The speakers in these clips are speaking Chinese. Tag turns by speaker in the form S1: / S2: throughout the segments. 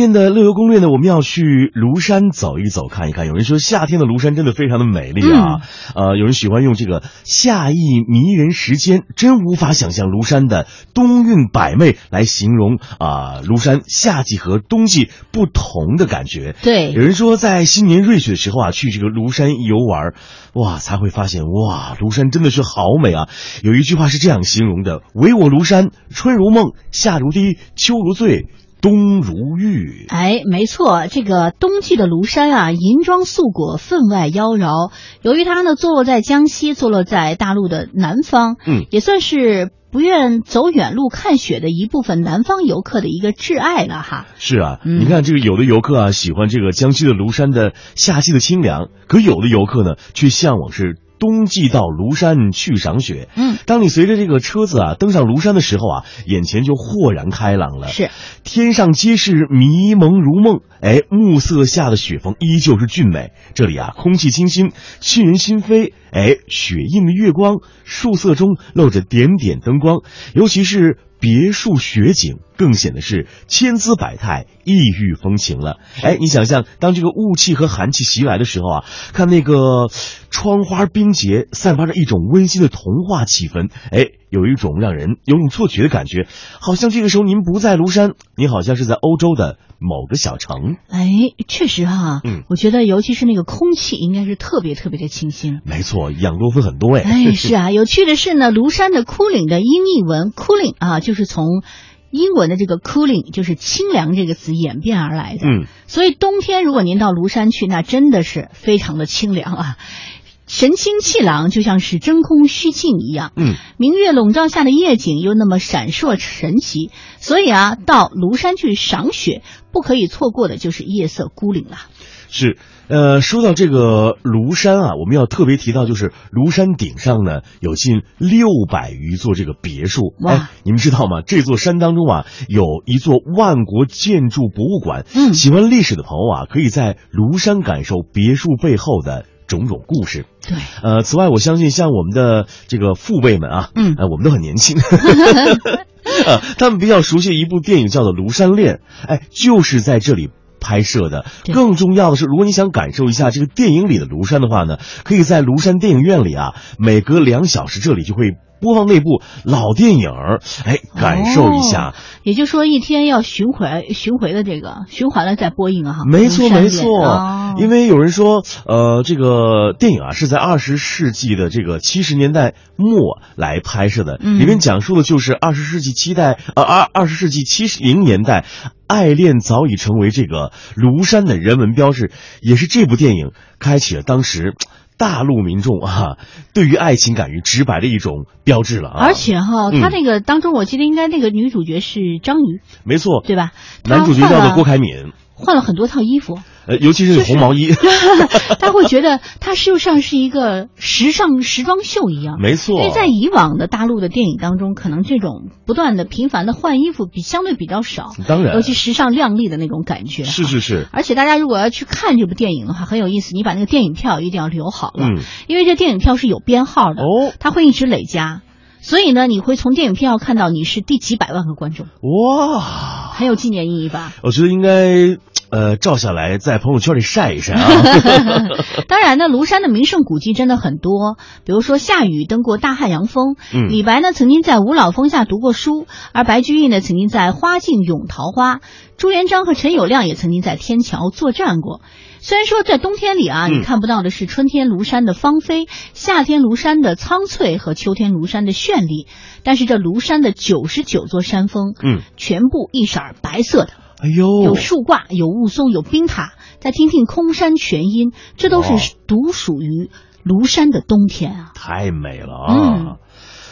S1: 今天的乐游攻略呢，我们要去庐山走一走，看一看。有人说夏天的庐山真的非常的美丽啊，呃，有人喜欢用这个夏意迷人时间，真无法想象庐山的冬韵百媚来形容啊、庐山夏季和冬季不同的感觉。有
S2: 对，
S1: 人说，在新年瑞雪时候啊，去这个庐山游玩儿，哇，才会发现哇，庐山真的是好美啊！有一句话是这样形容的：“唯我庐山，春如梦，夏如滴，秋如醉，冬如玉。”
S2: 哎，没错，这个冬季的庐山啊，银装素裹，分外妖娆。由于它呢坐落在江西，坐落在大陆的南方，
S1: 嗯，
S2: 也算是不愿走远路看雪的一部分南方游客的一个挚爱了哈。
S1: 是啊，
S2: 嗯
S1: 你看这个有的游客啊喜欢这个江西的庐山的夏季的清凉，可有的游客呢却向往是冬季到庐山去赏雪。
S2: 嗯，
S1: 当你随着这个车子啊登上庐山的时候啊，眼前就豁然开朗了。
S2: 是，
S1: 天上皆是迷蒙如梦，哎，暮色下的雪峰依旧是俊美。这里啊，空气清新，沁人心扉。哎，雪映的月光，树色中露着点点灯光，尤其是别墅雪景，更显得是千姿百态、异域风情了。哎，你想象，当这个雾气和寒气袭来的时候啊，看那个窗花冰结，散发着一种温馨的童话气氛。哎，有一种让人有种错觉的感觉，好像这个时候您不在庐山，你好像是在欧洲的某个小城。
S2: 哎，确实哈、
S1: 嗯
S2: 我觉得尤其是那个空气，应该是特别特别的清新。
S1: 没错，养多酚很多哎。
S2: 哎，是啊，有趣的是呢，庐山的枯岭的音译文 cooling 啊，就是从英文的这个 cooling，就是清凉这个词演变而来的。
S1: 嗯，
S2: 所以冬天如果您到庐山去，那真的是非常的清凉啊。神清气朗，就像是真空虚静一样。
S1: 嗯，
S2: 明月笼罩下的夜景又那么闪烁神奇，所以啊，到庐山去赏雪，不可以错过的就是夜色孤岭啦。
S1: 是，呃，说到这个庐山啊，我们要特别提到，就是庐山顶上呢有近六百余座这个别墅。
S2: 哇
S1: 哎，你们知道吗？这座山当中啊，有一座万国建筑博物馆。
S2: 嗯
S1: 喜欢历史的朋友啊，可以在庐山感受别墅背后的种种故事。
S2: 对，
S1: 呃，此外，我相信像我们的这个父辈们啊，
S2: 嗯
S1: 呃，我们都很年 轻。呃，他们比较熟悉一部电影叫做《庐山恋》，哎，就是在这里拍摄的。
S2: 对
S1: 更重要的是，如果你想感受一下这个电影里的庐山的话呢，可以在庐山电影院里啊，每隔两小时这里就会播放那部老电影儿，哎，感受一下。
S2: 也就是说一天要巡回巡回的这个循环了再播映啊哈。
S1: 没错，
S2: 庐山
S1: 没
S2: 恋
S1: 错
S2: 哦，
S1: 因为有人说，呃，这个电影啊是在二十世纪的这个七十年代末来拍摄的，
S2: 嗯
S1: 里面讲述的就是二十世纪七代，呃，二二十世纪七十零年代，爱恋早已成为这个庐山的人文标志，也是这部电影开启了当时。大陆民众啊，对于爱情敢于直白的一种标志了啊！
S2: 而且哈，
S1: 嗯
S2: 他那个当中，我记得应该那个女主角是章鱼，
S1: 没错，
S2: 对吧？
S1: 男主角
S2: 她
S1: 叫
S2: 换
S1: 做
S2: 了
S1: 郭凯敏，
S2: 换了很多套衣服，
S1: 呃，尤其是
S2: 就
S1: 那
S2: 是
S1: 红毛衣，
S2: 他会觉得他事实上是一个时尚时装秀一样。
S1: 没错，
S2: 因为在以往的大陆的电影当中，可能这种不断的频繁的换衣服比相对比较少，
S1: 当然
S2: 尤其时尚靓丽的那种感觉。
S1: 是。是是，
S2: 而且大家如果要去看这部电影的话，很有意思，你把那个电影票一定要留好了，
S1: 嗯，
S2: 因为这电影票是有编号的，
S1: 哦，
S2: 它会一直累加，所以呢，你会从电影票看到你是第几百万个观众。
S1: 哇，
S2: 很有纪念意义 吧？
S1: 我觉得应该呃照下来在朋友圈里晒一晒 啊。
S2: 当然呢，庐山的名胜古迹真的很多，比如说夏雨登过大汉阳峰，
S1: 嗯
S2: 李白呢曾经在五老峰下读过书，而白居易呢曾经在花径咏桃花，朱元璋和陈友谅也曾经在天桥作战过。虽然说在冬天里啊，
S1: 嗯
S2: 你看不到的是春天庐山的芳菲，夏天庐山的苍翠和秋天庐山的绚丽，但是这庐山的九十九座山峰，
S1: 嗯，
S2: 全部一色儿白色的。
S1: 哎呦
S2: 有，树挂，有雾凇，有冰塔，再听听空山泉音，这都
S1: 哇
S2: 是独属于庐山的冬天啊！
S1: 太美了
S2: 嗯
S1: 啊！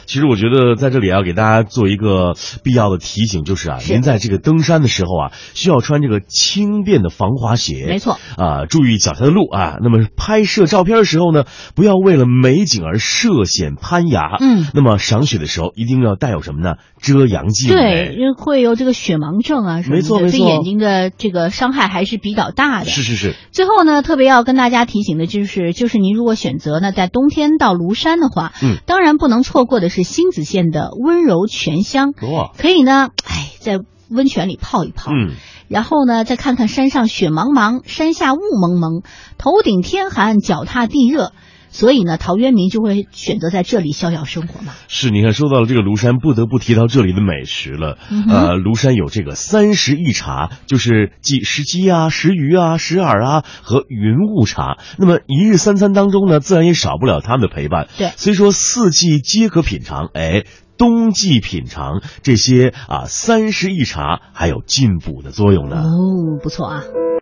S1: 其实我觉得在这里要啊给大家做一个必要的提醒，就是啊，
S2: 是
S1: 您在这个登山的时候啊，需要穿这个轻便的防滑鞋，
S2: 没错，
S1: 啊，注意脚下的路啊。那么拍摄照片的时候呢，不要为了美景而涉险攀崖。
S2: 嗯，
S1: 那么赏雪的时候，一定要带有什么呢？遮阳镜。
S2: 对，，因为会有这个雪盲症啊什么
S1: 没错
S2: 的，
S1: 没
S2: 对
S1: 错
S2: 眼睛的这个伤害还是比较大的。
S1: 是是是，
S2: 最后呢，特别要跟大家提醒的就是，就是您如果选择呢在冬天到庐山的话，
S1: 嗯，
S2: 当然不能错过的是新子县的温柔泉乡，
S1: 哇，
S2: 可以呢，哎，在温泉里泡一泡，
S1: 哦嗯，
S2: 然后呢，再看看山上雪茫茫，山下雾蒙蒙，头顶天寒，脚踏地热。所以呢，陶渊明就会选择在这里逍遥生活嘛。
S1: 是，你看说到了这个庐山，不得不提到这里的美食了。
S2: 嗯哼
S1: 呃，庐山有这个三十一茶，就是即石鸡啊、石鱼啊、石耳啊和云雾茶。那么一日三餐当中呢，自然也少不了他们的陪伴。
S2: 对
S1: 虽说四季皆可品尝，哎。冬季品尝这些啊，三十一茶还有进补的作用呢。
S2: 哦，不错啊。